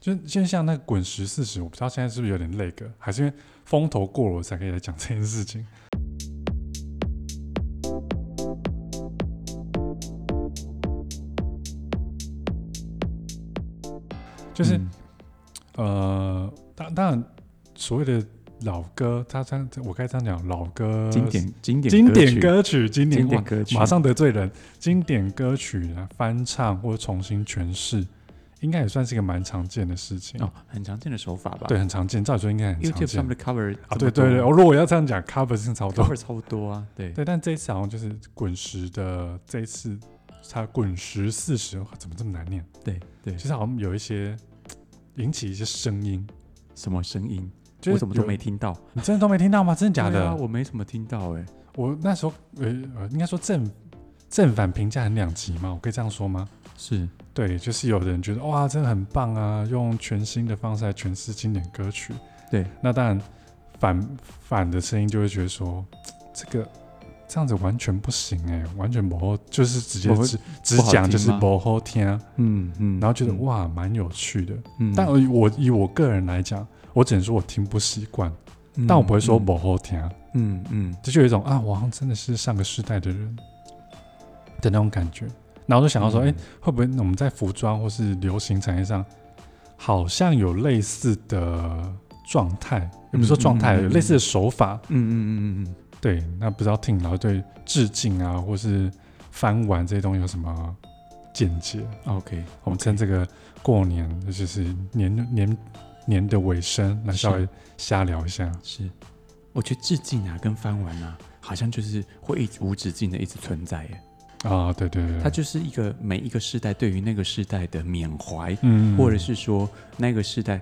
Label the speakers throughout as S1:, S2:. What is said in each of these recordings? S1: 就就像那个滚石四十，我不知道现在是不是有点累个，还是因为风头过了我才可以来讲这件事情。就是、
S2: 嗯
S1: 呃，当当然所谓的老歌，他这样我该这样讲，老歌
S2: 经典呃经典
S1: 经典
S2: 曲
S1: 歌曲，经典
S2: 经
S1: 哇
S2: 典歌曲，
S1: 马上得罪人。经典歌曲啊，翻唱或重新诠释，应该也算是一个蛮常见的事情。
S2: 哦，很常见的手法吧？
S1: 对，很常见，照理说应该很常
S2: YouTube 上
S1: 见
S2: 面的 cover
S1: 啊。对对对，哦，如果要这样讲，cover 是超多。
S2: ，cover 超多啊，对，
S1: 对，但这一次好像就是滚石的这一次，它滚石四十怎么这么难念？
S2: 对对，
S1: 其实好像有一些引起一些声音，
S2: 什么声音？
S1: 就是
S2: 我怎么都
S1: 有
S2: 没，听到？
S1: 你真的都没听到吗？真的假
S2: 对啊
S1: 的？
S2: 我没怎么听到哎、
S1: 我那时候呃呃，应该说正正反评价很两极嘛，我可以这样说吗？
S2: 是
S1: 对，就是有的人觉得哇，真的很棒啊，用全新的方式来诠释经典歌曲。
S2: 对，
S1: 那当然反反的声音就会觉得说，嘖这个这样子完全不行哎、完全不好，就是直接
S2: 不好
S1: 只只
S2: 不好
S1: 讲就是
S2: 听吗
S1: 不好听，啊然
S2: 嗯嗯，
S1: 后觉得、
S2: 嗯，
S1: 哇，蛮有趣的。
S2: 嗯
S1: 但我以我以我个人来讲，我只能说我听不习惯，但我不会说
S2: 嗯
S1: 不好听，
S2: 嗯嗯，
S1: 这就有一种啊，我好像真的是上个世代的人的那种感觉。然后就想到说，哎、
S2: 嗯
S1: 会不会我们在服装或是流行产业上，好像有类似的状态，也不是说状态，
S2: 嗯嗯嗯
S1: 有类似的手法。
S2: 嗯嗯嗯嗯嗯，
S1: 对，那不知道听老师对致敬啊，或是翻玩这些东西有什么见解？
S2: 嗯，OK，
S1: 我们趁这个过年，就是年年年的尾声，来稍
S2: 是
S1: 微瞎聊一下。
S2: 是，我觉得致敬啊跟翻玩啊，好像就是会一直无止境的一直存在耶。
S1: 啊，对对对，
S2: 它就是一个每一个世代对于那个世代的缅怀，
S1: 嗯，
S2: 或者是说那个世代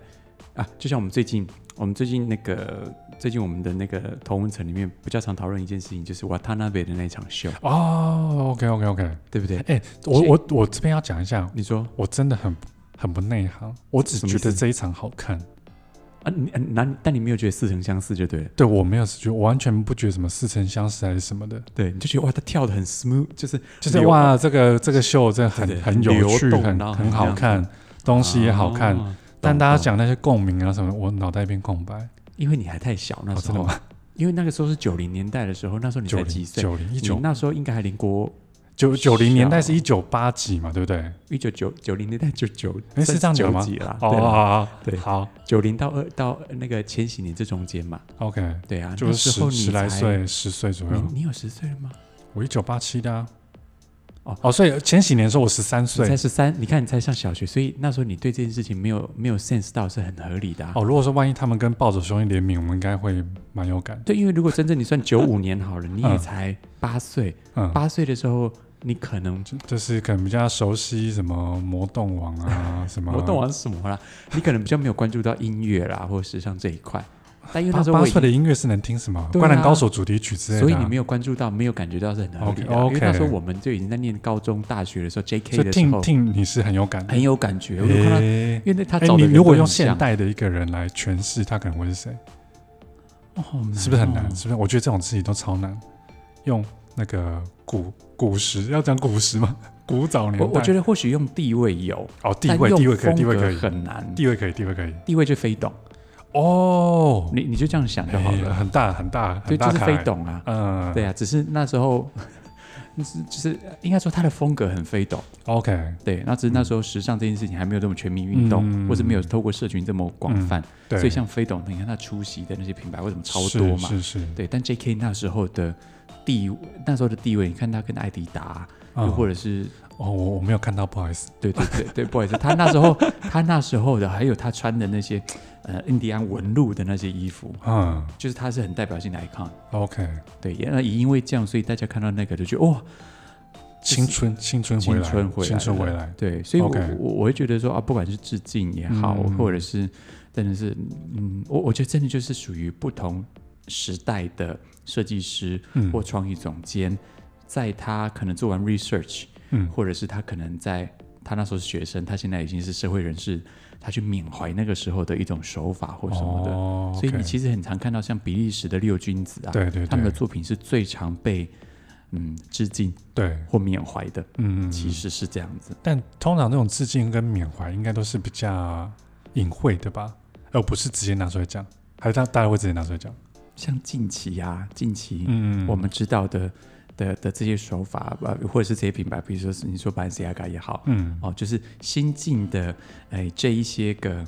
S2: 啊，就像我们最近，我们最近那个最近我们的那个同文层里面比较常讨论一件事情，就是瓦塔纳贝的那一场秀，
S1: 哦，OK OK OK，
S2: 对不对？
S1: 哎、我
S2: 所以
S1: 我我这边要讲一下，
S2: 你说
S1: 我真的很很不内行，我只
S2: 什么
S1: 觉
S2: 意
S1: 得
S2: 思
S1: 这一场好看。
S2: 啊，你啊那你但你没有觉得似曾相识就对了。
S1: 对我没有觉，我完全不觉得什么似曾相识还是什么的，
S2: 对，你就觉得哇，他跳的很 smooth，就是
S1: 就是
S2: 流
S1: 哇，这个这个秀真的很
S2: 对对
S1: 很有趣，
S2: 流动
S1: 很
S2: 然后很
S1: 很好看，东西也好看。
S2: 啊
S1: 但
S2: 懂
S1: 大家
S2: 懂
S1: 讲那些共鸣啊什么，我脑袋一片空白。
S2: 因为你还太小那
S1: 哦，
S2: 时
S1: 真的
S2: 候，
S1: 吗？
S2: 因为那个时候是九零年代的时候，那时候你
S1: 九
S2: 才几
S1: 零
S2: 岁？
S1: 九零一
S2: 你
S1: 九
S2: 那时候应该还连国
S1: 九九零年代是
S2: 小啊
S1: 一九八几嘛，对不对？
S2: 一九九九零年代就九，
S1: 哎是这样讲吗
S2: 九几啦，
S1: 哦，
S2: 对
S1: 好
S2: 啦，
S1: 好好
S2: 对
S1: 好
S2: 九零到二到那个千禧年这中间嘛，
S1: ，OK，
S2: 对啊，
S1: 就
S2: 那
S1: 是
S2: 时候
S1: 十
S2: 你
S1: 十来
S2: 才，嗯
S1: 岁，嗯十岁左右
S2: 你。你有十岁了吗？
S1: 我一九八七的啊。
S2: 哦
S1: 哦，所以前几年的时候我十三
S2: 你
S1: 岁
S2: 才。十三，你看你才上小学，所以那时候你对这件事情没有没有 sense 到是很合理的、啊。
S1: 哦，如果说万一他们跟暴走兄弟联名，我们应该会蛮有感。
S2: 对，因为如果真正你算九五年好了，你也
S1: 嗯
S2: 才八岁，
S1: 嗯，
S2: 八岁的时候你可能
S1: 就就是可能比较熟悉什么魔动王 啊，什么
S2: 我懂。玩什么啦，你可能比较没有关注到音乐啦或者时尚这一块，但因为
S1: 八
S2: 那时候
S1: 八
S2: 我已
S1: 岁
S2: 经
S1: 的音乐是能听什么？
S2: 对啊
S1: 灌篮高手》主题曲之类的啊、
S2: 所以你没有关注到，没有感觉到是很合理的啊。
S1: OK，OK
S2: 因为那时候我们就已经在念高中、大学的时候，J.K.
S1: 所
S2: 的
S1: 以
S2: 时
S1: 听
S2: 候哎
S1: 听你是很有感的。
S2: 很有感觉。我就看到，
S1: 诶
S2: 因为他
S1: 诶
S2: 找
S1: 你
S2: 的人
S1: 如果
S2: 都
S1: 用
S2: 很像
S1: 现，代的一个人来诠释，他可能会是谁？
S2: 哦好难哦
S1: 是不是很难？是不是？我觉得这种事情都超难。用那个古古时，要讲古时吗？ 古早年代，
S2: 我我觉
S1: 得
S2: 得或许用地位有，
S1: 哦，地
S2: 但
S1: 位
S2: 用
S1: 地位可以，
S2: 风
S1: 地位
S2: 格
S1: 可以，
S2: 很难，
S1: 地位可以，地位可以。
S2: 地位就非懂。
S1: 哦，
S2: 你你就这样想就好
S1: 哎
S2: 了，
S1: 很大很大很
S2: 对，就
S1: 大
S2: 是
S1: 咖
S2: 非
S1: 欸。
S2: 懂啊。
S1: 嗯，
S2: 对啊，只是那时候。 就是就是应该说他的风格很非懂，
S1: ，OK，
S2: 对，那只是那时候时尚这件事情还没有这么全民运动，
S1: 嗯
S2: 或者没有透过社群这么广泛，
S1: 对，
S2: 所以像飞董，你看他出席的那些品牌为什么超
S1: 是
S2: 多嘛？
S1: 是是，
S2: 对，但 J.K. 那时候的地那时候的地位，你看他跟艾迪达、又
S1: 嗯
S2: 或者是
S1: 哦，我我没有看到，不好意思。
S2: 对对对 对，不好意思，他那时候他那时候的，还有他穿的那些呃印第安纹路的那些衣服，
S1: 嗯
S2: 就是他是很代表性的 icon。
S1: ，OK，
S2: 对，也呃那也因为这样，所以大家看到那个就觉得哦哇、就是
S1: 青春青春回来，
S2: 青春回来
S1: 青春回
S2: 了
S1: 来。
S2: 对，所以我
S1: OK
S2: 我我会觉得说啊，不管是致敬也好，
S1: 嗯
S2: 或者是真的是嗯，我我觉得真的就是属于不同时代的设计师
S1: 嗯
S2: 或创意总监，在他可能做完 research，
S1: 嗯
S2: 或者是他可能在他那时候是学生，他现在已经是社会人士，他去缅怀那个时候的一种手法或什么的。
S1: 哦
S2: 所以你
S1: OK
S2: 其实很常看到像比利时的六君子啊，
S1: 对对
S2: 他们的
S1: 对
S2: 作品是最常被嗯致敬
S1: 对，
S2: 或缅怀的，
S1: 嗯，嗯
S2: 其
S1: 嗯
S2: 实是这样子。
S1: 但通常这种致敬跟缅怀，应该都是比较隐晦的吧，而不是直接拿出来讲，还是大大家会直接拿出来讲？
S2: 像近期啊，近期
S1: 嗯，
S2: 我们知道的、的的这些手法，呃，或者是这些品牌，比如说是你说 Balenciaga 也好，
S1: 嗯
S2: 哦，就是新进的哎、这一些个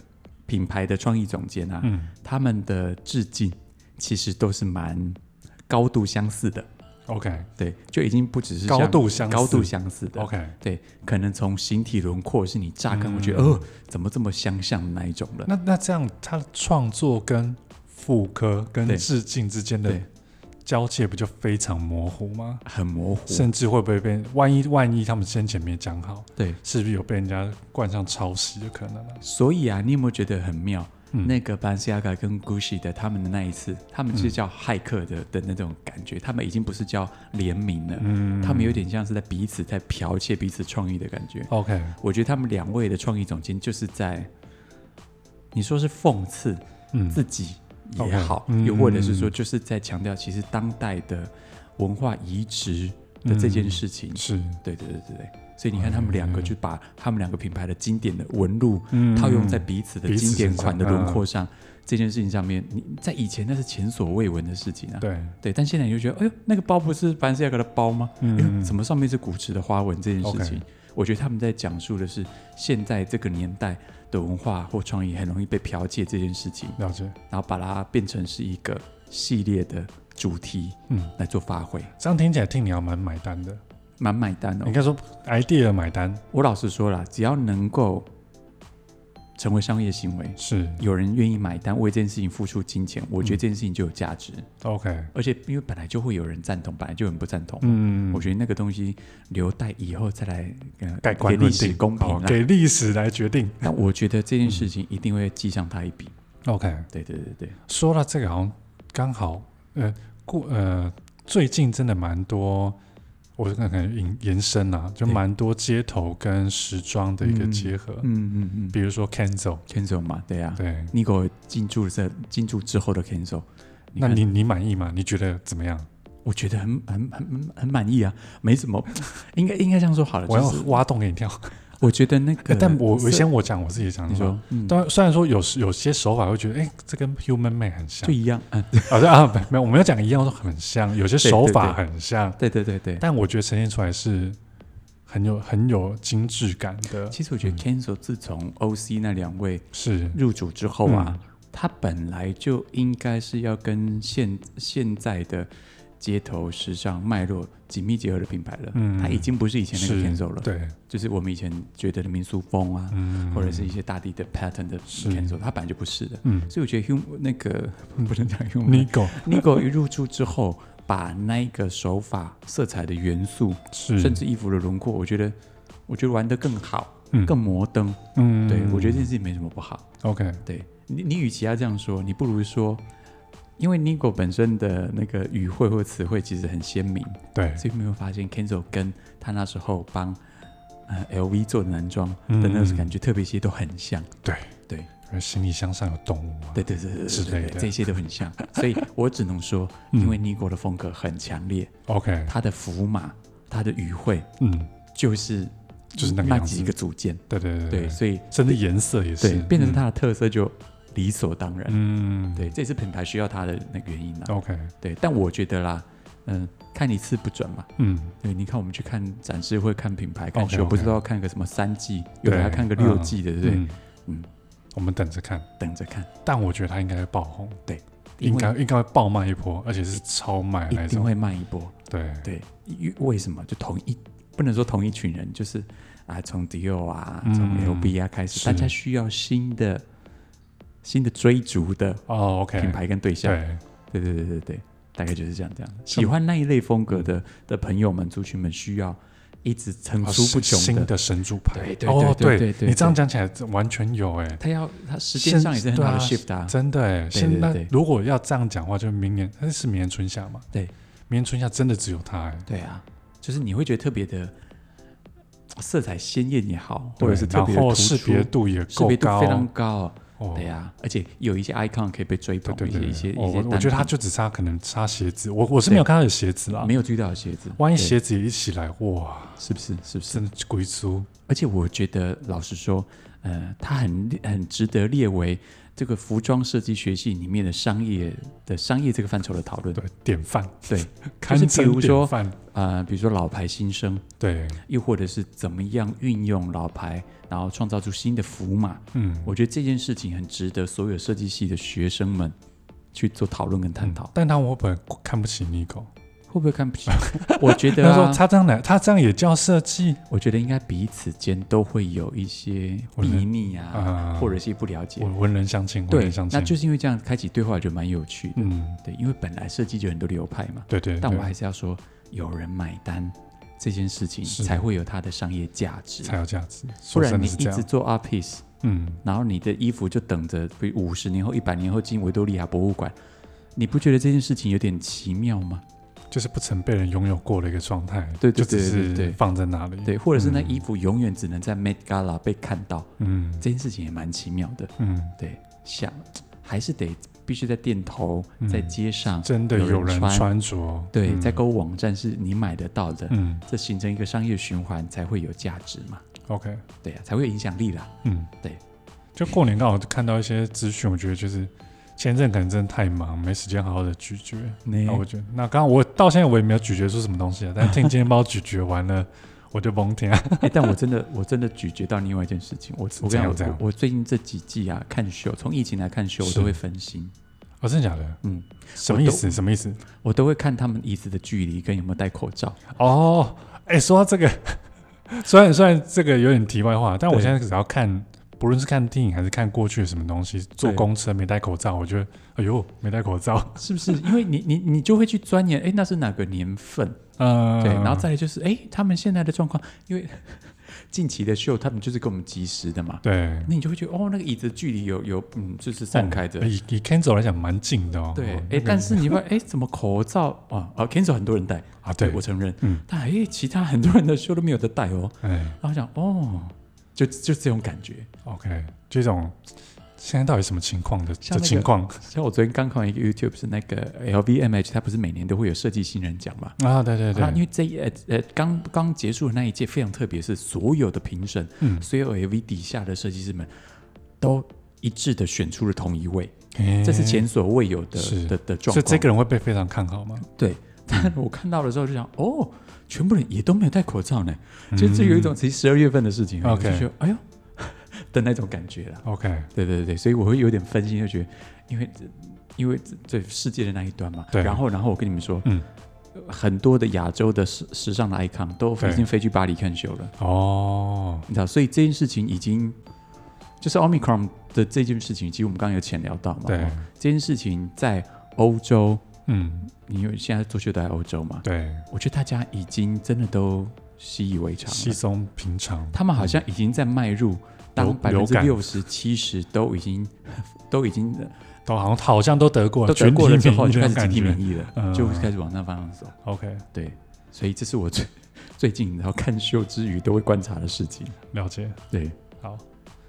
S2: 品牌的创意总监啊，
S1: 嗯
S2: 他们的致敬其实都是蛮高度相似的，
S1: ，OK，
S2: 对，就已经不只是像
S1: 高度相似
S2: 高度相似的。
S1: OK，
S2: 对，可能从形体轮廓是你乍看会觉得，
S1: 嗯
S2: 哦，怎么这么相像的那一种了？
S1: 那那这样他的创作跟副科跟
S2: 对
S1: 致敬之间的
S2: 对，
S1: 交界不就非常模糊吗？
S2: 很模糊。
S1: 甚至会不会被万一万一他们先前没讲好，
S2: 对，
S1: 是不是有被人家冠上抄袭的可能呢、
S2: 所以啊，你有没有觉得很妙？
S1: 嗯
S2: 那个 Balenciaga 跟 Gucci 的他们的那一次，他们
S1: 嗯
S2: 是叫骇客的、的那种感觉，他们已经不是叫联名了，
S1: 嗯
S2: 他们有点像是在彼此在剽窃彼此创意的感觉。
S1: OK，
S2: 我觉得他们两位的创意总监就是在，你说是讽刺
S1: 嗯
S2: 自己也
S1: OK，
S2: 好，
S1: 嗯
S2: 又或者是说就是在强调其实当代的文化移植的这件事情。
S1: 嗯是，哎
S2: 对对对对对，所以你看他们两个就把他们两个品牌的经典的纹路
S1: 嗯
S2: 套用在彼此的
S1: 彼此
S2: 经典款的
S1: 身上
S2: 轮廓上，这件事情上面，你在以前那是前所未闻的事情啊。
S1: 对，
S2: 对，但现在你就觉得，哎呦，那个包不是班西亚格的包吗？哎呦，
S1: 嗯，
S2: 怎
S1: 么
S2: 么上面是古驰的花纹这件事
S1: OK
S2: 情？我觉得他们在讲述的是现在这个年代的文化或创意很容易被剽窃这件事情，
S1: 了解？
S2: 然后把它变成是一个系列的主题
S1: 嗯，
S2: 来做发挥，
S1: 这样听起来听你要蛮买单的，
S2: 蛮买单的、
S1: 应该说 idea 买单
S2: 我老实说了，只要能够成为商业行为，
S1: 是
S2: 有人愿意买单，为这件事情付出金钱，我觉得
S1: 嗯
S2: 这件事情就有价值。
S1: OK，
S2: 而且因为本来就会有人赞同，本来就有人不赞同，
S1: 嗯，
S2: 我觉得那个东西留待以后再来呃
S1: 盖
S2: 给
S1: 棺
S2: 历
S1: 论
S2: 史
S1: 定，
S2: 公平
S1: 好嗯
S2: 啦。
S1: 给历史来决定。
S2: 但我觉得这件事情一定会记上他一笔。
S1: OK，
S2: 对对对对，
S1: 说到这个，好像刚好，呃，过呃，最近真的蛮多，我看看延延伸啊，就
S2: 对
S1: 蛮多街头跟时装的一个结合，
S2: 嗯嗯嗯
S1: 比如说 Kenzo，
S2: ，Kenzo 嘛，对啊
S1: 对，
S2: ，Nigo 进驻这进驻之后的 Kenzo，
S1: 那
S2: 看
S1: 你你满意吗？你觉得怎么样？
S2: 我觉得很很很很很满意啊，没什么，应该应该这样说好了，
S1: 我要
S2: 就是
S1: 挖洞给你跳，
S2: 我觉得那 个，
S1: 但我我
S2: 是
S1: 先我讲我自己讲，
S2: 你说，，嗯，
S1: 当然虽然说有时有些手法会觉得，哎、这跟 Human Man 很像
S2: 就，一样，嗯，
S1: 啊对啊，没没有，我们要讲一样，说很像，有些
S2: 对
S1: 手
S2: 对
S1: 法
S2: 对
S1: 很像，
S2: 对对对对。
S1: 但我觉得呈现出来是很有很有精致感的，
S2: 其实我觉得
S1: 嗯
S2: Kenzo 自从 OC 那两位
S1: 是
S2: 入主之后
S1: 嗯
S2: 啊，他本来就应该是要跟现现在的街头时尚脉络紧密结合的品牌了。
S1: 嗯
S2: 他已经不是以前那个
S1: 是
S2: Kenzo 了，
S1: 对，
S2: 就是我们以前觉得的民俗风啊，
S1: 嗯
S2: 或者是一些大地的 pattern 的
S1: 是
S2: Kenzo，他本来就不是的。
S1: 嗯
S2: 所以我觉得 Hum 那个不能讲 Hum，
S1: n i g o
S2: Nigo 一入驻之后，把那个手法、色彩的元素，
S1: 是，
S2: 甚至衣服的轮廓，我觉得，我觉得玩得更好，
S1: 嗯
S2: 更摩登。
S1: 嗯
S2: 对我觉得这件事情没什么不好。
S1: OK
S2: 对你，你与其要这样说，你不如说，因为 Nigo 本身的那个语汇或词汇其实很鲜明，
S1: 对
S2: 所以没有发现 Kenzo 跟他那时候帮呃 LV 做的男装
S1: 嗯哦
S2: 的那种感觉特别些都很像。
S1: 而行李箱上有动物啊，
S2: 对对对对
S1: 之
S2: 对对
S1: 类
S2: 对，
S1: 的
S2: 这些都 很像。所以我只能说，
S1: 嗯
S2: 因为 Nigo 的风格很强烈。
S1: OK
S2: 它的符码、它的语汇
S1: 嗯
S2: 就是
S1: 就是那个样子
S2: 几个组件，
S1: 对对对
S2: 对，所以
S1: 甚至颜色也是嗯
S2: 对变成它的特色就理所当然，
S1: 嗯嗯
S2: 对，这也是品牌需要它的那个原因啦、
S1: OK
S2: 对，但我觉得啦，嗯、看一次不准嘛，
S1: 嗯
S2: 对，你看我们去看展示会看品牌，看
S1: OK，
S2: 秀
S1: OK
S2: 不知道看个什么三季，有的
S1: 对
S2: 要看个六季的，对不对？
S1: 嗯
S2: 嗯
S1: 我们等着看，
S2: 等着看，
S1: 但我觉得它应该会爆红，
S2: 因
S1: 应
S2: 为
S1: 该应该会爆卖一波，而且是超卖那
S2: 一定
S1: 种，
S2: 会慢一波，
S1: 对
S2: 对，因为为什么就同一不能说同一群人，就是啊，从迪奥啊，
S1: 嗯
S2: 从 LB 啊开始，
S1: 是
S2: 大家需要新的新的追逐的
S1: 哦 OK
S2: 品牌跟对象，
S1: 对
S2: 对对对对对，大概就是这样这样。喜欢那一类风格的的朋友们、族群们，需要一直层
S1: 哦
S2: 出不
S1: 新新
S2: 穷的，
S1: 的神猪牌，
S2: 对对
S1: 哦
S2: 对对对对
S1: 你这样讲起来完全有哎、
S2: 他要他时间上也是很好的
S1: 现
S2: shift 啊，
S1: 真的哎、
S2: 对
S1: 现在
S2: 对
S1: 如果要这样讲话，就明年那是明年春夏嘛？
S2: 对，
S1: 明年春夏真的只有他哎、
S2: 对啊，就是你会觉得特别的色彩鲜艳也好，或
S1: 对，
S2: 者是特
S1: 然
S2: 别的突
S1: 后
S2: 出，
S1: 识别度也
S2: 识
S1: 够
S2: 别度
S1: 高，
S2: 非常高。
S1: 哦
S2: 对呀、啊而且有一些 icon 可以被追
S1: 对
S2: 捧，
S1: 对对对
S2: 一些一些
S1: 哦
S2: 一些
S1: 我
S2: 单
S1: 我觉得他
S2: 品
S1: 就只差可能差鞋子，我我是
S2: 对
S1: 没有看他的鞋子啦
S2: 没，有注意到的鞋子，
S1: 万一
S2: 对
S1: 鞋子也一起来，哇，
S2: 是不是是不是？
S1: 真的鬼粗，
S2: 而且我觉得老实说，呃，它很很值得列为这个服装设计学系里面的商业的商业这个范畴的讨论。
S1: 对，典范，
S2: 对，
S1: 堪称
S2: 比如说
S1: 典范，
S2: 呃，比如说老牌新生，
S1: 对，
S2: 又或者是怎么样运用老牌，然后创造出新的符码。
S1: 嗯，
S2: 我觉得这件事情很值得所有设计系的学生们去做讨论跟探讨。
S1: 嗯但他我本看不起 n i c o
S2: 会不会看 不起？我觉得、
S1: 他说
S2: 啊，
S1: 他这样来，他这样也叫设计
S2: 我觉得应该彼此间都会有一些
S1: 我
S2: 秘
S1: 能
S2: 密啊，
S1: 啊，
S2: 或者是不了解
S1: 我。文人相亲，文
S2: 对
S1: 人相，亲，
S2: 那就是因为这样开启对话，我觉得蛮有趣的。
S1: 嗯，
S2: 对，因为本来设计就有很多流派嘛，
S1: 对对，
S2: 但
S1: 对
S2: 我还是要说，有人买单这件事情
S1: 是
S2: 才会有它的商业价值。
S1: 才有价值，
S2: 不
S1: 说
S2: 然
S1: 真
S2: 你
S1: 的是
S2: 一
S1: 这
S2: 直
S1: 样，
S2: 做 art piece，
S1: 嗯，
S2: 然后你的衣服就等着，比五十年后、一百年后进维多利亚博物馆，你不觉得这件事情有点奇妙吗？
S1: 就是不曾被人拥有过的一个状态，
S2: 对对
S1: 就只
S2: 对对对
S1: 是放在那里，
S2: 对，或者是那
S1: 嗯
S2: 衣服永远只能在 Met Gala 被看到，
S1: 嗯
S2: 这件事情也蛮奇妙的。
S1: 嗯，
S2: 对，想还是得必须在店头、
S1: 嗯
S2: 在街上，
S1: 真的
S2: 有
S1: 有人
S2: 人
S1: 穿
S2: 穿
S1: 着，
S2: 对，
S1: 嗯
S2: 在购物网站是你买得到的，
S1: 嗯
S2: 这形成一个商业循环才会有价值嘛。
S1: ，OK，
S2: 对啊呀、才会有影响力啦。
S1: 嗯，
S2: 对。
S1: 就过年刚好看到一些资讯，我觉得就是签证可能真的太忙，没时间好好的咀嚼。
S2: 那
S1: 那我觉得，那刚刚我到现在我也没有咀嚼出什么东西啊，但听今天帮我咀嚼完了，我就蒙听啊。
S2: 欸但我真的， 我真的咀嚼到另外一件事情。我我跟
S1: 怎样
S2: 你
S1: 怎
S2: 讲，
S1: 样
S2: 我我最近这几季啊，看秀，从疫情来看秀，我
S1: 是
S2: 都会分心。
S1: 哦，真的假的？
S2: 嗯，
S1: 什么意思？什么意思？
S2: 我都会看他们椅子的距离跟有没有戴 口罩。
S1: 哦，哎、说到这个， 虽然虽然这个有点题外话，但我
S2: 对
S1: 现在只要看，不论是看电影还是看过去的什么东西，坐
S2: 对
S1: 公车没戴口罩，我觉得，哎呦，没戴口罩，
S2: 是不是？ 因为你你你就会去钻研，哎、那是哪个年份？
S1: 嗯，
S2: 对，然后再来就是，哎、他们现在的状况，因为 近期的秀，他们就是跟我们及时的嘛，
S1: 对，
S2: 那你就会觉得，哦，那个椅子的距离有有，嗯，就是散开的。
S1: 哦以以 Kenzo 来讲蛮近的哦。
S2: 对，哎、
S1: 哦那个
S2: 但是你 会，哎、怎么口罩啊？啊，Kenzo 很多人戴，
S1: 啊，对，
S2: 我承认，
S1: 嗯
S2: 但哎、其他很多人的秀都没有得戴哦。
S1: 哎
S2: 然后我想，哦，就就这种感觉。
S1: ，OK，这种现在到底什么情况的
S2: 像那
S1: 的
S2: 个
S1: 情况
S2: 像我昨天刚看完一个 YouTube，是那个 LVMH，它不是每年都会有设计新人奖嘛？
S1: 啊？对对对，
S2: 啊，因为这一呃呃刚刚结束的那一届非常特别，是所有的评审，
S1: 嗯
S2: 所有 LV 底下的设计师们都一致的选出了同一位，
S1: 哎
S2: 这是前所未有的
S1: 是
S2: 的的状
S1: 所
S2: 况。
S1: 以这个人会被非常看好吗？
S2: 对， 但我看到的时候就想，哦，全部人也都没有戴口罩呢，就这有一种其实十二月份的事情，我就
S1: OK
S2: 觉得哎呦的那种感觉啦。
S1: OK，
S2: 对对对，所以我会有点分心，就觉得因为因为这世界的那一端嘛，
S1: 对
S2: 然后然后我跟你们说，
S1: 嗯，
S2: 很多的亚洲的时时尚的 icon 都
S1: 对
S2: 已经飞去巴黎看秀了，
S1: 哦，
S2: 你知道，所以这件事情已经就是 omicron 的这件事情，其实我们刚刚有浅聊到嘛，
S1: 对，
S2: 这件事情在欧洲，
S1: 嗯，
S2: 因为现在做秀都在欧洲嘛，
S1: 对，
S2: 我觉得大家已经真的都习以为常
S1: 稀
S2: 了，
S1: 松平常。
S2: 他们好像已经在迈入。当
S1: 流
S2: 百分
S1: 流
S2: 之
S1: 感
S2: 六十、七十都已经 都已经
S1: 都好像好像都得过
S2: 都
S1: 了
S2: 得过了之
S1: 群体
S2: 后，
S1: 免疫
S2: 就开
S1: 的
S2: 始集
S1: 感
S2: 体免
S1: 觉。
S2: 疫了，
S1: 嗯
S2: 就开始往那方向走。
S1: OK，
S2: 对，所以这是我最 最近然后看秀之余都会观察的事情。
S1: 了解。
S2: 对，
S1: 好，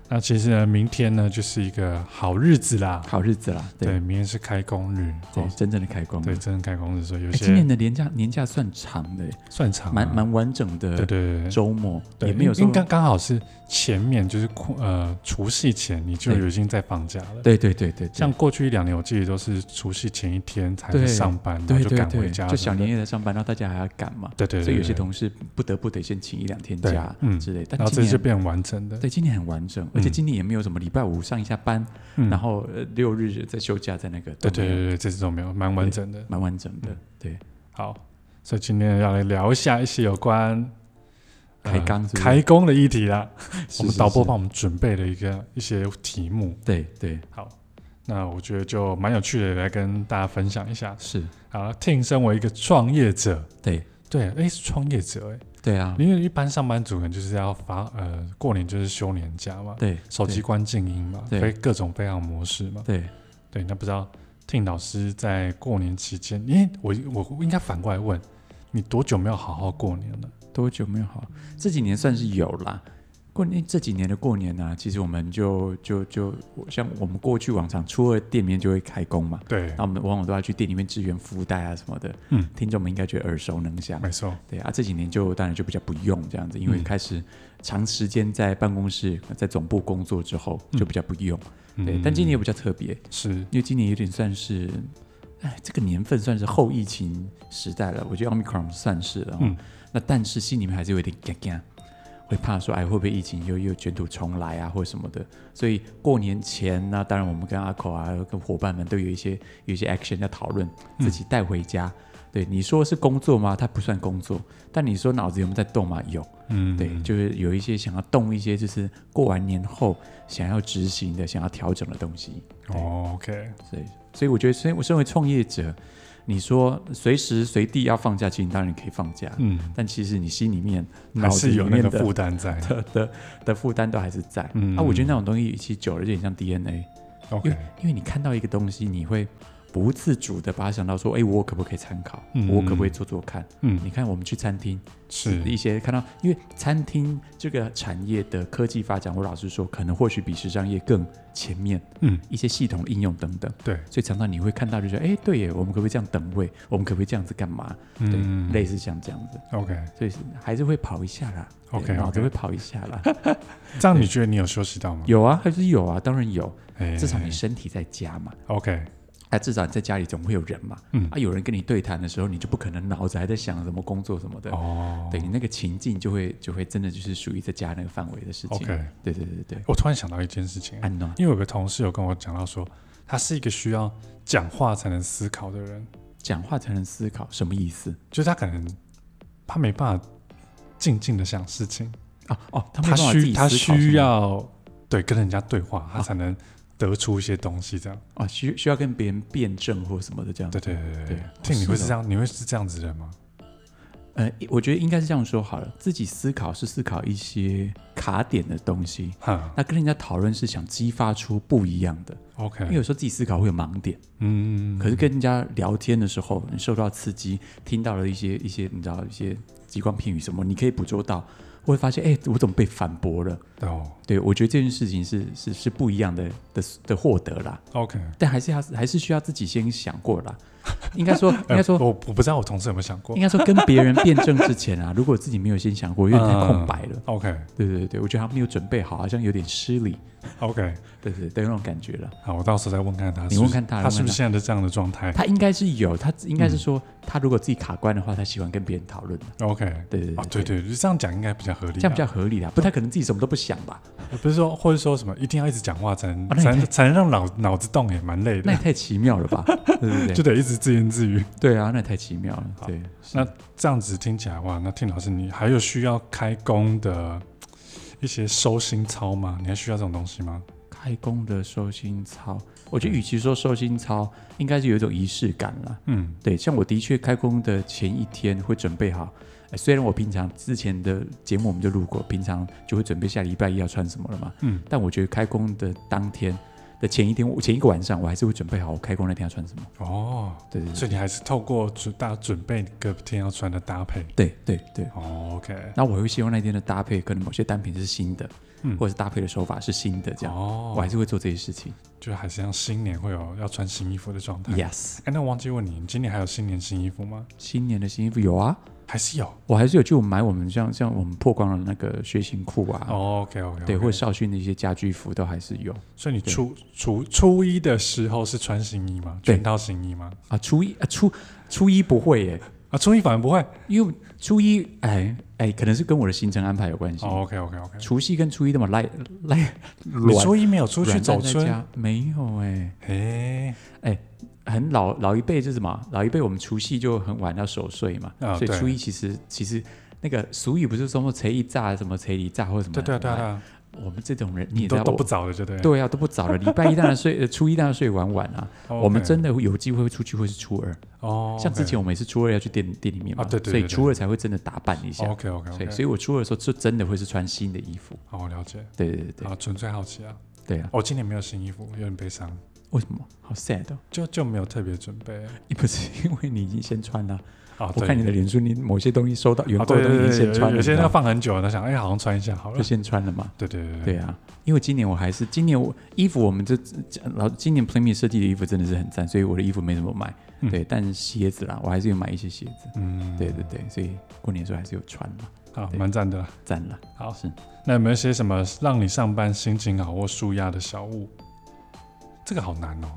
S1: 那其实呢，明天呢就是一个好日子啦。
S2: 好日子啦，
S1: 对，
S2: 对
S1: 明天是开工日，
S2: 对，
S1: 哦
S2: 真正的开工了。
S1: 对，
S2: 哎
S1: 真的开工日，所以有
S2: 今年
S1: 些
S2: 的年假年假算长的，欸
S1: 算长啊，
S2: 蛮蛮完整
S1: 对
S2: 的
S1: 对对对。
S2: 周末，
S1: 对
S2: 也没有
S1: 因
S2: 说
S1: 为刚刚好是前面就是过呃除夕前你就
S2: 对
S1: 已经在放假了。
S2: 对对对对，对
S1: 像过去一两年，我记得都是除夕前一天才
S2: 对
S1: 上班，然
S2: 对
S1: 后就
S2: 对
S1: 赶回
S2: 对，
S1: 家，
S2: 就小年夜才上班，然后大家还要赶嘛，
S1: 对对，对
S2: 所以有些
S1: 对
S2: 同事不得不得先请一两天
S1: 对
S2: 假
S1: 嗯
S2: 之类。但
S1: 然后
S2: 今
S1: 这就
S2: 年
S1: 变完整的，
S2: 对今年很完整，而且今年也没有什么礼拜五上一下班，
S1: 嗯
S2: 然后呃六日再休假，在那个
S1: 对
S2: 都
S1: 对
S2: 没有
S1: 对嗯对，这次都没有，蛮完整的。
S2: 蛮完整的。对，
S1: 好，所以今天要来聊一下一些有关、呃
S2: 开缸是不是
S1: 开工的议题 啦。
S2: 是
S1: 我们
S2: 是
S1: 导播
S2: 是
S1: 帮我们准备了一个一些题目，
S2: 对对
S1: 好，那我觉得就蛮有趣的，来跟大家分享一下。
S2: 是，
S1: 好，Tim 身为一个创业者，
S2: 对
S1: 对，哎，是创业者哎，
S2: 对啊，
S1: 因为一般上班族可能就是要发呃过年就是休年假嘛，
S2: 对
S1: 手机关静音嘛，
S2: 对
S1: 非各种非常模式嘛，
S2: 对
S1: 对，那不知道 Tim 老师在过年期间，因为我我应该反过来问，你多久没有好好过年了？
S2: 多久没有好？这几年算是有啦，过年这几年的过年呢、啊其实我们就就就像我们过去往常初二店里面就会开工嘛，
S1: 对
S2: 那，我们往往都要去店里面支援服务带啊什么的，
S1: 嗯，
S2: 听众们应该觉得耳熟能详。
S1: 没错，
S2: 对啊，这几年就当然就比较不用这样子，因为
S1: 嗯
S2: 开始长时间在办公室、在总部工作之后，就比较不用。对
S1: 嗯，
S2: 但今年也比较特别，
S1: 是
S2: 因为今年有点算是，哎，这个年份算是后疫情时代了，我觉得 Omicron 算是了、哦。
S1: 嗯
S2: 那但是心里面还是有点嘎嘎，会怕说，哎，会不会疫情又又卷土重来啊，或者什么的。所以过年前呢，当然我们跟阿口啊，跟伙伴们都有一些有一些 action 要讨论，
S1: 嗯
S2: 自己带回家。对，你说是工作吗？它不算工作，但你说脑子有没有在动吗？有。
S1: 嗯，
S2: 对，就是有一些想要动一些，就是过完年后想要执行的、想要调整的东西。
S1: 哦，OK，
S2: 所以，所以我觉得，所以我身为创业者，你说随时随地要放假，其实你当然可以放假，
S1: 嗯，
S2: 但其实你心里面、脑
S1: 还
S2: 子
S1: 是
S2: 里
S1: 有那
S2: 面
S1: 个
S2: 的
S1: 负担在
S2: 的的的负担都还是在。
S1: 嗯
S2: 啊，我觉得那种东西其实久了有点像 DNA，
S1: ，OK，
S2: 因为你看到一个东西，你会不自主的把它想到说，哎、我可不可以参考？
S1: 嗯
S2: 我可不可以做做看？你
S1: 嗯，
S2: 看，我们去餐厅，
S1: 是，
S2: 一些看到，因为餐厅这个产业的科技发展，我老实说，可能或许比时尚业更前面，
S1: 嗯，
S2: 一些系统的应用等等。
S1: 对，
S2: 所以常常你会看到，就觉得，哎，对耶，我们可不可以这样等位？我们可不可以这样子干嘛？对，
S1: 嗯
S2: 类似像这样子，
S1: ，OK，
S2: 所以是还是会跑一下啦。对
S1: OK，
S2: 脑子
S1: OK
S2: 会跑一下啦。
S1: 这样你觉得你有休息到吗？
S2: 有啊，还是有啊，当然有，
S1: 哎，
S2: 至少你身体在家嘛。
S1: OK，
S2: 啊，至少你在家里总会有人嘛。
S1: 嗯
S2: 啊，有人跟你对谈的时候，你就不可能脑子还在想什么工作什么的。
S1: 哦，
S2: 对你那个情境就会就会真的就是属于在家那个范围的事情。
S1: ，OK，
S2: 对对对对，
S1: 我突然想到一件事情，
S2: 安暖
S1: 因为有个同事有跟我讲到说，他是一个需要讲话才能思考的人，
S2: 讲话才能思考，什么意思
S1: 就是他可能他没办法静静的想事情，
S2: 啊？哦，他没
S1: 他
S2: 办法自
S1: 需
S2: 己
S1: 他
S2: 思考是
S1: 需
S2: 吗
S1: 要对跟人家对话，他才能得出一些东西，这样。
S2: 哦，需需要跟别人辩证或什么的这样。
S1: 对对对对
S2: 对
S1: 对
S2: 哦，
S1: 听你
S2: 是
S1: 会是
S2: 哦
S1: 这样，你会是这样子的人吗？
S2: 呃，我觉得应该是这样说好了，自己思考是思考一些卡点的东西，
S1: 哈
S2: 那跟人家讨论是想激发出不一样的。
S1: ，OK，
S2: 因为有时候自己思考会有盲点，
S1: 嗯，嗯嗯
S2: 可是跟人家聊天的时候，你受到刺激，听到了一些一些你知道一些极光片语什么，你可以捕捉到，会发现哎、我怎么被反驳了？
S1: 哦
S2: 对我觉得这件事情是是是不一样的的的获得啦，
S1: ，OK，
S2: 但还是要还是需要自己先想过啦。应该说应
S1: 呃
S2: 该说
S1: 我我不知道我同事有没有想过
S2: 应该说跟别人辩证之前啊，如果自己没有先想过，有点太
S1: 嗯
S2: 空白了。
S1: ，OK
S2: 对对对，我觉得他没有准备好，好像有点失礼。
S1: OK，
S2: 对对对，有那种感觉了。
S1: 好，我到时候再问看他是不是，
S2: 你问看他
S1: 他是
S2: 问
S1: 不是现在的这样的状态
S2: 他应该是有，他应该是
S1: 嗯
S2: 说，他如果自己卡关的话，他喜欢跟别人讨论的。
S1: ？OK，
S2: 对对
S1: 啊
S2: 对，
S1: 对对，就这样讲应该比较合理啊，
S2: 这样比较合理啦，不太可能自己什么都不想吧？
S1: 不是说或者说什么一定要一直讲话才能
S2: 哦那也
S1: 才能
S2: 太
S1: 才能让脑脑子动也蛮累
S2: 那
S1: 的
S2: 也，太奇妙 了吧？对对
S1: 就
S2: 对，
S1: 得一直自言自语。
S2: 对啊，那也太奇妙了。对，是
S1: 那这样子听起来哇，那听老师你还有需要开工的一些收心操吗？你还需要这种东西吗？
S2: 开工的收心
S1: 嗯
S2: 操，我觉得与其说收心操，应该是有一种仪式感啦。
S1: 嗯
S2: 对，像我的确开工的前一天会准备好。呃虽然我平常之前的节目我们就录过，平常就会准备下礼拜一要穿什么了嘛。
S1: 嗯，
S2: 但我觉得开工的当天的前一天，我前一个晚上我还是会准备好我开工那天要穿什么。
S1: 哦，
S2: 对对
S1: 所以你还是透过准大家准备隔天要穿的搭配。
S2: 对对对对。
S1: 哦，OK，
S2: 那我会希望那天的搭配，可能某些单品是新的，
S1: 嗯
S2: 或者是搭配的手法是新的，这样、我
S1: 哦，
S2: 还是会做这些事情。
S1: 就还是像新年会有要穿新衣服的状态。哎、
S2: Yes，
S1: 那我忘记问你，你今年还有新年新衣服吗？
S2: 新年的新衣服有啊，
S1: 还是有、
S2: 我还是有去我们买我们像像我们破光的那个靴形裤啊，
S1: 哦 o k OK，,
S2: 对，或者少训的一些家居服都还是有。
S1: 所以你初初初一的时候是穿新衣吗？
S2: 对
S1: 全套新衣吗？
S2: 啊，初一啊初初一不会耶，
S1: 啊，初一反而不会。
S2: 因为初一哎哎，可能是跟我的行程安排有关系。
S1: 哦、OK OK OK。
S2: 除夕跟初一那么赖赖
S1: 你
S2: 软
S1: 初一没有出去走
S2: 软烂在
S1: 村？
S2: 家没有哎、
S1: 哎，
S2: 很老老一辈是什么？老一辈我们除夕就很晚要守岁嘛，
S1: 啊
S2: 所以
S1: 对
S2: 初一其实其实那个俗语不是说谁一炸什么谁一炸或者什么？
S1: 对对对对啊，
S2: 我们这种人你也知
S1: 都
S2: 道
S1: 都不
S2: 我
S1: 早了，就对了。
S2: 对啊，都不早了，礼拜一当然睡，呃初一当然睡晚晚啊。
S1: OK，
S2: 我们真的有机会出去，会是初二。
S1: 哦，
S2: 像之前我们也是初二要去店店里面嘛，
S1: 啊对对
S2: 所以
S1: 对对
S2: 初二才会真的打扮一下。
S1: OK OK
S2: 所以
S1: OK，
S2: 所以我初二的时候就真的会是穿新的衣服。
S1: 哦好，我了解。
S2: 对对对对
S1: 啊，纯粹好奇啊。
S2: 对啊！
S1: 我今年没有新衣服，有点悲伤。
S2: 为什么？好 sad 哦！
S1: 就就没有特别准备
S2: 不是因为你已经先穿了，
S1: 啊。
S2: 我
S1: 对
S2: 看你的脸书，你某些东西收到，有
S1: 啊，
S2: 购
S1: 对
S2: 的东
S1: 对
S2: 西已经
S1: 对，
S2: 先穿
S1: 有
S2: 了，
S1: 有些那
S2: 你
S1: 个
S2: 知道吗
S1: 放很久了，他想哎，好像穿一下好
S2: 就
S1: 了。
S2: 先穿了嘛。
S1: 对对对
S2: 对啊，因为今年我还是今年我衣服我们这这老今年 Play Me 设计的衣服真的是很赞，所以我的衣服没怎么买，
S1: 嗯
S2: 对，但鞋子啦，我还是有买一些鞋子，
S1: 嗯，
S2: 对对对，所以过年的时候还是有穿嘛，
S1: 好，
S2: 对
S1: 蛮赞的啦。
S2: 赞啦。
S1: 好，
S2: 是
S1: 那有没有一些什么让你上班心情好或舒压的小物？这个好难哦。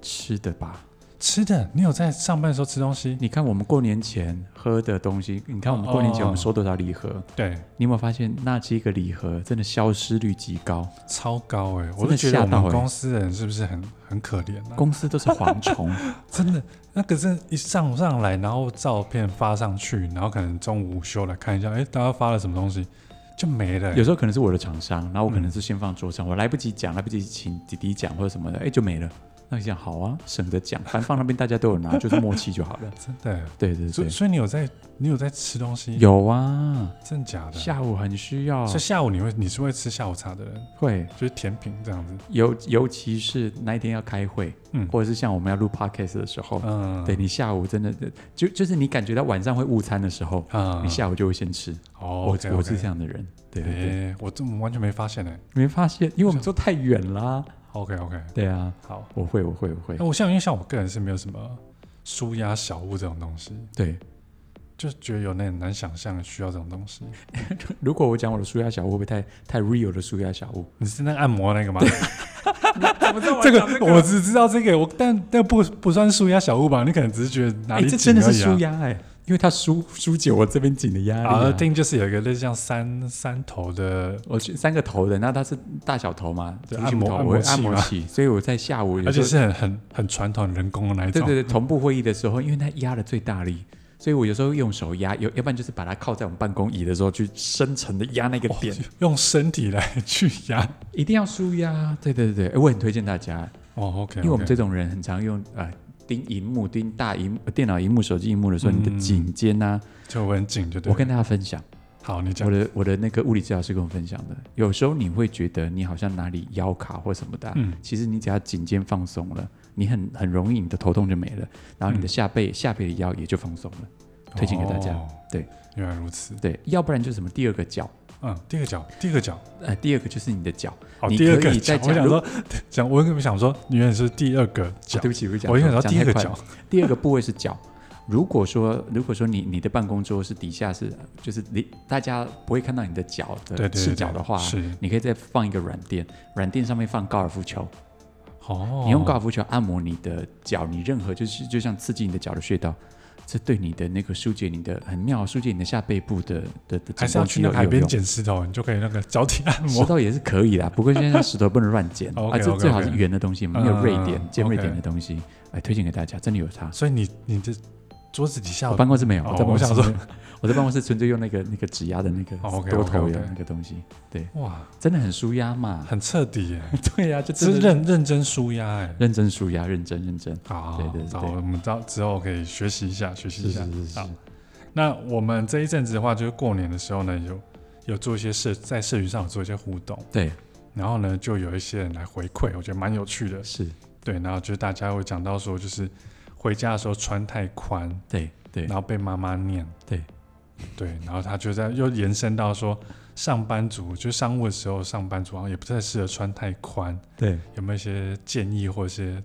S2: 吃的吧？
S1: 吃的，你有在上班的时候吃东西？
S2: 你看我们过年前喝的东西，你看我们过年前
S1: 哦
S2: 我们收多少礼盒？
S1: 对，
S2: 你有没有发现那几个礼盒真的消失率极高？
S1: 超高哎、我
S2: 真
S1: 都
S2: 的
S1: 觉得
S2: 吓
S1: 我
S2: 到
S1: 们
S2: 欸
S1: 公司的人是不是很很可怜啊？
S2: 公司都是蝗 虫，
S1: 真的，那个是一上上来，然后照片发上去，然后可能中午午休来看一下，哎、大家发了什么东西，就没了、
S2: 有
S1: 欸。
S2: 时候可能是我的厂商，然后我
S1: 嗯
S2: 可能是先放桌上，我来不及讲，来不及请弟弟讲或者什么的，哎、就没了。那你想好啊，省得讲，反正放那边大家都 有拿，就是默契就好了。
S1: 真的欸，
S2: 对对
S1: 所以
S2: 对，
S1: 所以你有在你有在吃东西？，
S2: 有啊，
S1: 真假的？
S2: 下午很需要，
S1: 所以下午你会你是会吃下午茶的人，
S2: 会
S1: 就是甜品这样子。
S2: 尤尤其是那一天要开会，
S1: 嗯
S2: 或者是像我们要录 podcast 的时候，
S1: 嗯，
S2: 对你下午真的就就是你感觉到晚上会午餐的时候，
S1: 啊
S2: 你下午就会先吃。
S1: 哦，
S2: 我
S1: OK，
S2: 我
S1: OK
S2: 是这样的人，对对对，
S1: 哎我这我完全没发现哎、
S2: 没发现，因为我们坐太远啦。
S1: OK OK，
S2: 对啊，
S1: 好。
S2: 我会，我会，我会
S1: 那、。我像因为像我个人是没有什么舒压小物这种东西，
S2: 对，
S1: 就是觉得有那很难想象需要这种东西。
S2: 嗯如果我讲我的舒压小物，会不会太太 real 的舒压小物？
S1: 你是那个按摩那个吗？
S2: 这
S1: 这个我只知道这个，我但但不不算舒压小物吧？你可能只是觉得哪
S2: 哎，
S1: 里
S2: 这真的是
S1: 紧而
S2: 舒
S1: 已啊。
S2: 压哎、因为它疏疏解我这边紧的压力、
S1: 啊，
S2: 啊。
S1: 定就是有一个类似像三三头的，
S2: 我去三个头的，那它是大小头嘛，
S1: 对
S2: 足球
S1: 按摩
S2: 头
S1: 按
S2: 我
S1: 摩
S2: 会
S1: 器
S2: 按摩
S1: 嘛
S2: 器，所以我在下午有
S1: 而且
S2: 时候
S1: 是很很很传统人工的那一
S2: 对
S1: 种。
S2: 对对同步会议的时候，因为它压的最大力，所以我有时候用手压，有要不然就是把它靠在我们办公椅的时候去深层的压那个
S1: 哇
S2: 点，
S1: 用身体来去压。
S2: 一定要舒压。对对对对，哎我很推荐大家，
S1: 哦，OK，
S2: 因为我们这种人很常用啊、呃盯荧幕、盯大荧、呃电脑荧幕、手机荧幕的时候，你的
S1: 嗯
S2: 颈肩呐、
S1: 就很紧，就对了。
S2: 我跟大家分享，
S1: 好，你讲
S2: 我。的我的那个物理治疗师跟我分享的，有时候你会觉得你好像哪里腰卡或什么的啊、
S1: 嗯
S2: 其实你只要颈肩放松了，你很很容易你的头痛就没了，然后你的下背、下背的腰也就放松了。推荐给大家
S1: 哦
S2: 对，
S1: 原来如此。
S2: 对，要不然就是什么第二个脚，
S1: 嗯，第二个脚，第二个脚，
S2: 呃，第二个就是你的啊脚。
S1: 好，
S2: 你
S1: 第二
S2: 可
S1: 个
S2: 以
S1: 脚
S2: 再。
S1: 我
S2: 讲
S1: 想
S2: 如
S1: 说，讲我原本想说，原来是第二个脚
S2: 啊，对不起，我讲错，
S1: 我想到
S2: 讲
S1: 第二个
S2: 太快
S1: 脚
S2: 了，第二个部位是脚。如果说，如果说你你的办公桌是底下是，就是你大家不会看到你的脚
S1: 对对
S2: 的
S1: 对
S2: 视角的话，
S1: 是
S2: 你可以再放一个软垫，软垫上面放高尔夫球，
S1: 哦，
S2: 你用高尔夫球按摩你的脚，你任何就是就像刺激你的脚的穴道，这对你的那个疏解你的很妙，疏解你的下背部的的的
S1: 还
S2: 紧
S1: 是要
S2: 绷
S1: 去
S2: 肌
S1: 那
S2: 肉
S1: 个海
S2: 有
S1: 边
S2: 用。
S1: 捡石头，你就可以那个脚底按
S2: 石
S1: 摩。
S2: 头也是可以啦，不过现在石头不能 乱捡啊，
S1: OK，
S2: 这
S1: OK，
S2: 最好是
S1: OK
S2: 圆的东西，没有锐点
S1: 嗯、
S2: 尖锐点
S1: OK
S2: 的东西，哎，推荐给大家，真的有差。
S1: 所以你你的桌子底下
S2: 我
S1: 有
S2: 办公室没有，
S1: 哦
S2: 在办公室
S1: 我想说
S2: 没有，我在办公室纯粹用那个那个指压的那个
S1: 哦，OK，
S2: 多头
S1: OK，OK
S2: 的那个东西，
S1: 哇，
S2: 真的很舒压嘛。
S1: 很彻底耶，
S2: 对呀，就
S1: 这
S2: 真
S1: 是
S2: 的
S1: 认认真舒压哎。
S2: 认真舒压，认真认真。
S1: 好，
S2: 对对对
S1: 好，我们到之后可以学习一下，学习
S2: 是
S1: 一下
S2: 是。是是
S1: 好，那我们这一阵子的话，就是过年的时候呢，有有做一些社在社群上有做一些互动，
S2: 对，
S1: 然后呢，就有一些人来回馈，我觉得蛮有趣的。
S2: 是，
S1: 对，然后就是大家会讲到说，就是回家的时候穿太宽，
S2: 对对
S1: 然后被妈妈念，
S2: 对
S1: 对，然后他就在又延伸到说，上班族就商务的时候，上班族好像也不太适合穿太宽，
S2: 对，
S1: 有没有一些建议或者一些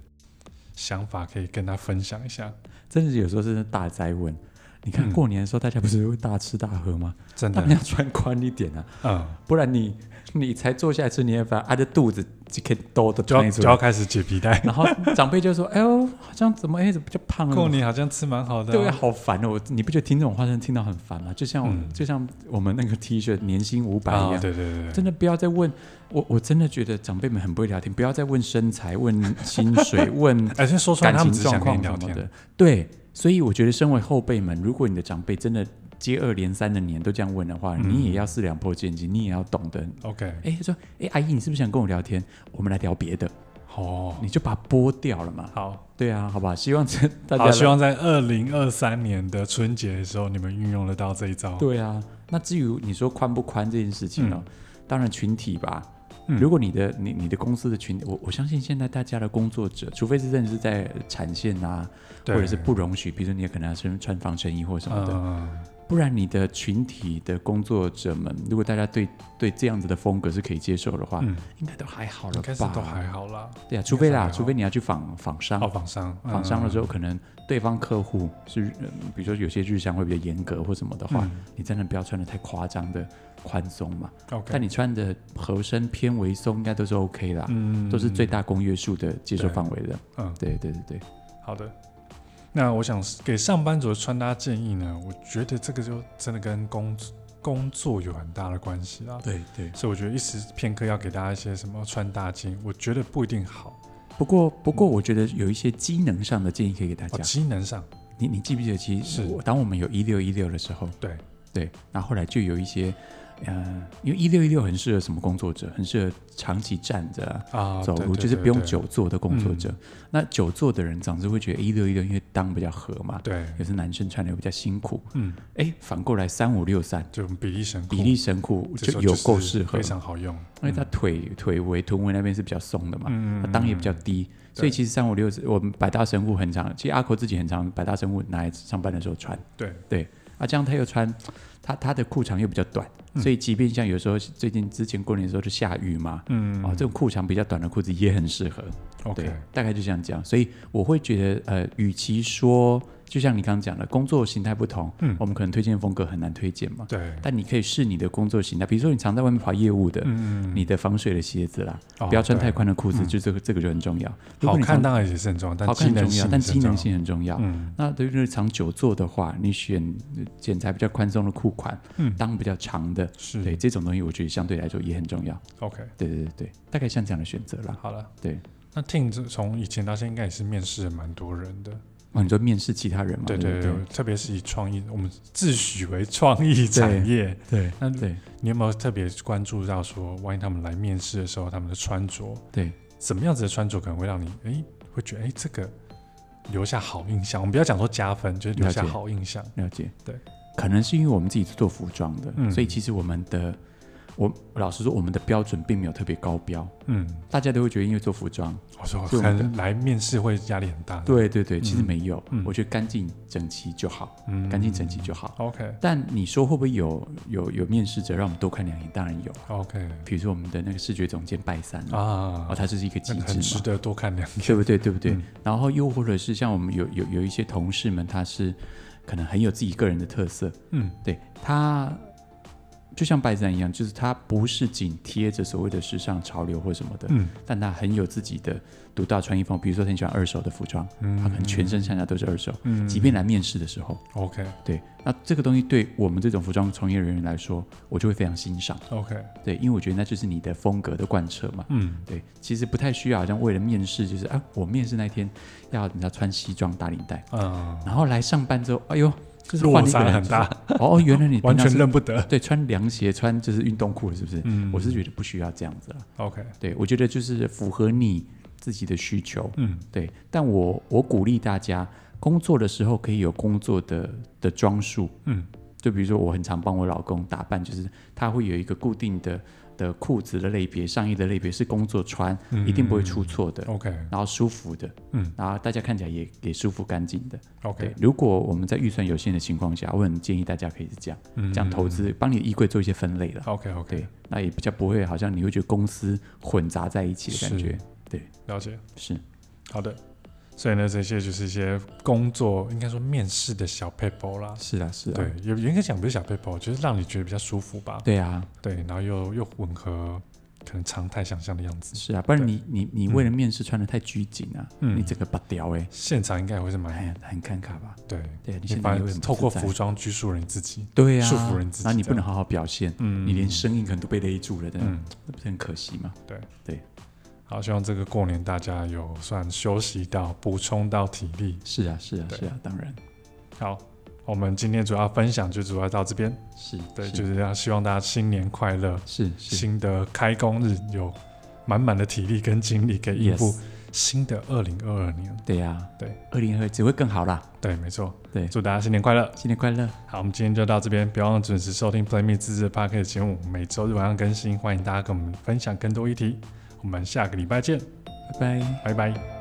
S1: 想法可以跟他分享一下？
S2: 真的是有时候真的大灾问。你看
S1: 嗯
S2: 过年的时候，大家不是会大吃大喝吗？
S1: 真
S2: 他
S1: 的
S2: 们，要穿宽一点啊，
S1: 嗯，
S2: 不然你你才坐下来吃年夜饭，啊，这肚子就可以兜的
S1: 就要
S2: 穿出
S1: 就要
S2: 来。
S1: 开始解皮带。
S2: 然后长辈就说：“哎呦，好像怎么哎，怎么就胖了？”
S1: 过年好像吃蛮好的、
S2: 对啊，，好烦哦！我你不觉得听这种话真的听到很烦吗？就像、
S1: 嗯
S2: 就像我们那个 T 恤年薪五百一
S1: 啊，
S2: 样，
S1: 对对对对，
S2: 真的不要再问我，我真的觉得长辈们很不会聊天，不要再问身材、问薪 水、问
S1: 而哎且说出来
S2: 感
S1: 他
S2: 情
S1: 们只
S2: 状
S1: 想跟
S2: 况
S1: 你
S2: 什
S1: 聊
S2: 么
S1: 天，
S2: 的。对，所以我觉得身为后辈们，如果你的长辈真的接二连三的年都这样问的话，
S1: 嗯
S2: 你也要四两拨千斤，你也要懂得。
S1: OK，
S2: 哎，说哎，阿姨，你是不是想跟我聊天？我们来聊别的，
S1: 好、哦
S2: 你，就把它剥掉了嘛。
S1: 好，
S2: 对啊，好吧，希望这大
S1: 好，
S2: 家
S1: 希望在二零二三年的春节的时候，你们运用得到这一招。
S2: 哦对啊，那至于你说宽不宽这件事情呢、当然群体吧，
S1: 嗯
S2: 如果你的你你的公司的群，我我相信现在大家的工作者，除非是真的是在产线啊，或
S1: 对
S2: 者是不容许，比如说你可能要穿穿防尘衣或什么的，
S1: 嗯
S2: 不然你的群体的工作者们，如果大家对对这样子的风格是可以接受的话，
S1: 嗯，
S2: 应该都还好了吧？
S1: 应该是都还好啦。
S2: 对啊，除非
S1: 应该是
S2: 啦，
S1: 还好
S2: 除非你要去访访商，
S1: 哦，仿商，
S2: 访啊商的时
S1: 候
S2: 候，可能对方客户是，呃比如说有些日商会比较严格或什么的话，
S1: 嗯
S2: 你真的不要穿的太夸张的宽松嘛。
S1: 嗯，OK，
S2: 但你穿的合身偏微松，应该都是 OK 啦，
S1: 嗯
S2: 都是最大公约数的接受范围的。
S1: 嗯
S2: 对对对对，
S1: 好的。那我想给上班族的穿搭建议呢，我觉得这个就真的跟工工作有很大的关系啦。
S2: 对对。
S1: 所以我觉得一时片刻要给大家一些什么穿搭建议，我觉得不一定好。
S2: 不过不过，我觉得有一些机能上的建议可以给大
S1: 嗯哦，
S2: 家。
S1: 机能上，
S2: 你你记不记得，其
S1: 是
S2: 实我当我们有一六一六的时候，
S1: 对
S2: 对，那后来就有一些，呃，因为一六一六很适合什么工作者，很适合长期站着啊、
S1: 啊，
S2: 走
S1: 对
S2: 路，
S1: 对
S2: 就是
S1: 对
S2: 不用
S1: 对嗯
S2: 久坐的工作者。那久坐的人总是会觉得一六一六因为裆比较合嘛，
S1: 对，
S2: 有时男生穿的比较辛苦。
S1: 嗯，
S2: 哎，反过来三五六三
S1: 就比例神
S2: 比例神裤
S1: 这时
S2: 就
S1: 候
S2: 有
S1: 就是
S2: 够适合
S1: 非，常好用，
S2: 因为他腿腿围臀围那边是比较松的嘛，
S1: 嗯
S2: 它裆也比较低，所以其实三五六我们百搭神裤很常，其实阿婆自己很常百搭神裤拿来上班的时候穿。
S1: 嗯对
S2: 对，啊，这样他又穿，他他的裤长又比较短，
S1: 嗯
S2: 所以即便像有时候最近之前过年的时候就下雨嘛，
S1: 嗯
S2: 啊，这种裤长比较短的裤子也很适合。对
S1: ，OK，，
S2: 大概就这样讲。所以我会觉得，呃，与其说就像你刚刚讲的，工作形态不同，
S1: 嗯
S2: 我们可能推荐的风格很难推荐嘛。
S1: 对，
S2: 但你可以试你的工作形态，比如说你常在外面跑业务的，
S1: 嗯，
S2: 你的防水的鞋子啦，
S1: 哦
S2: 不要穿太
S1: 对嗯
S2: 宽的裤子，就这个这个就很重要。如
S1: 好
S2: 果你
S1: 看
S2: 常
S1: 当然也是很重要，但
S2: 好
S1: 机
S2: 看很
S1: 能
S2: 重要，
S1: 性
S2: 但
S1: 是
S2: 机
S1: 很
S2: 能
S1: 重
S2: 性很重要
S1: 要，。嗯，
S2: 那对于日常久坐的话，你选呃剪裁比较宽松的裤款，
S1: 嗯
S2: 裆比较长的，
S1: 是
S2: 对这种东西，我觉得相对来说也很重要。
S1: ，OK，
S2: 对对对对，大概像这样的选择啦。
S1: 好了，
S2: 对，
S1: 那 Tin 这从以前到现在应该也是面试了蛮多人的，
S2: 哦，你说面试其他人嘛？
S1: 对
S2: 对
S1: 对对，特别是以创意，我们自诩为创意产业，
S2: 对
S1: 那
S2: 对
S1: 你有没有特别关注到说，万一他们来面试的时候，他们的穿着
S2: 对
S1: 怎么样子的穿着可能会让你哎会觉得哎这个留下好印象？我们不要讲说加分，就是留下
S2: 了解
S1: 好印象。
S2: 了解。
S1: 对，
S2: 可能是因为我们自己是做服装的，
S1: 嗯
S2: 所以其实我们的，我老实说，我们的标准并没有特别高标，
S1: 嗯，
S2: 大家都会觉得因为做服装，
S1: 我说
S2: 所以
S1: 可
S2: 我们
S1: 能来面试会压力很大。，
S2: 对对对，其实没有，
S1: 嗯
S2: 我觉得干净整齐就好，
S1: 嗯
S2: 干净整齐就好。
S1: OK
S2: 但你说会不会有有有面试者让我们多看两眼？当然有啊，
S1: OK
S2: 比如说我们的那个视觉总监拜三啊，
S1: 啊
S2: 哦，，他就是一个
S1: 那
S2: 机
S1: 个很
S2: 制
S1: 值
S2: 嘛，
S1: 得多看两眼。
S2: 对不对？对不对？
S1: 嗯
S2: 然后又或者是像我们有有有一些同事们，他是可能很有自己个人的特色，
S1: 嗯，
S2: 对他就像拜三一样，就是他不是紧贴着所谓的时尚潮流或什么的，
S1: 嗯
S2: 但他很有自己的独到穿衣风，比如说他很喜欢二手的服装，
S1: 嗯
S2: 他可能全身上下都是二手，
S1: 嗯
S2: 即便来面试的时候。
S1: OK
S2: 对，那这个东西对我们这种服装从业人员来说，我就会非常欣赏。
S1: OK，
S2: 对，因为我觉得那就是你的风格的贯彻嘛。
S1: 嗯
S2: 对，其实不太需要，好像为了面试，就是啊，我面试那天要你要穿西装打领带，
S1: 啊，
S2: 然后来上班之后，哎呦，就是
S1: 落
S2: 换了一个
S1: 差
S2: 人
S1: 很
S2: 就是
S1: 大，
S2: 哦，原 来你平
S1: 完
S2: 常
S1: 全
S2: 是
S1: 认不得。
S2: 对穿凉鞋穿就是运动裤了，是不是？
S1: 嗯
S2: 我是觉得不需要这样子了。
S1: OK，
S2: 对，我觉得就是符合你自己的需求。
S1: 嗯
S2: 对，但我我鼓励大家工作的时候可以有工作的的装束，
S1: 嗯
S2: 就比如说，我很常帮我老公打扮，就是他会有一个固定的的裤子的类别、上衣的类别是工作穿，
S1: 嗯
S2: 一定不会出错的，
S1: OK
S2: 然后舒服的，
S1: 嗯
S2: 然后大家看起来也也舒服干净的。对
S1: OK，，
S2: 如果我们在预算有限的情况下，我很建议大家可以是这样，
S1: 嗯
S2: 这样投资，帮你的衣柜做一些分类了。
S1: OK
S2: 对
S1: OK，，
S2: 那也比较不会好像你会觉得公司混杂在一起的感觉。
S1: 了解。
S2: 是，
S1: 好的，所以呢，这些就是一些工作，应该说面试的小 paper 啦。
S2: 是啊，是啊，
S1: 对，也也应该讲不是小 paper，就是让你觉得比较舒服吧。
S2: 对啊，
S1: 对，然后又又吻合可能常态想象的样子，
S2: 是啊，不然
S1: 对
S2: 你你你为了面试穿的太拘谨啊，
S1: 嗯
S2: 你整个拔掉哎，
S1: 现场应该也会是蛮
S2: 哎呀，很尴尬吧？
S1: 对。
S2: 对，啊你
S1: 你
S2: 现
S1: 反
S2: 在也会
S1: 而
S2: 很
S1: 透过
S2: 不自在
S1: 服装拘束了你自己，
S2: 对啊，
S1: 束缚人自己
S2: 然后你
S1: 这
S2: 不
S1: 样
S2: 能好好表现，
S1: 嗯
S2: 你连声音可能都被勒住了，这样
S1: 嗯，
S2: 那不是很可惜吗？
S1: 好，希望这个过年大家有算休息到，补充到体力。
S2: 是啊，是啊，
S1: 对
S2: 是啊，当然
S1: 好，我们今天主要分享就主要到这边，
S2: 是，
S1: 对，
S2: 是
S1: 就是要希望大家新年快乐，
S2: 是是
S1: 新的开工日有满满的体力跟精力，可以应付
S2: Yes，
S1: 新的二零二二年。
S2: 对呀，
S1: 对，
S2: 二零二只会更好啦。
S1: 对，没错。
S2: 对
S1: 祝大家新年快乐！
S2: 新年快乐，
S1: 好，我们今天就到这边，别忘了准时收听 Play Me 自制 p a r k 的节目，每周日晚上更新，欢迎大家跟我们分享更多议题。我们下个礼拜见，
S2: 拜拜。
S1: 拜拜。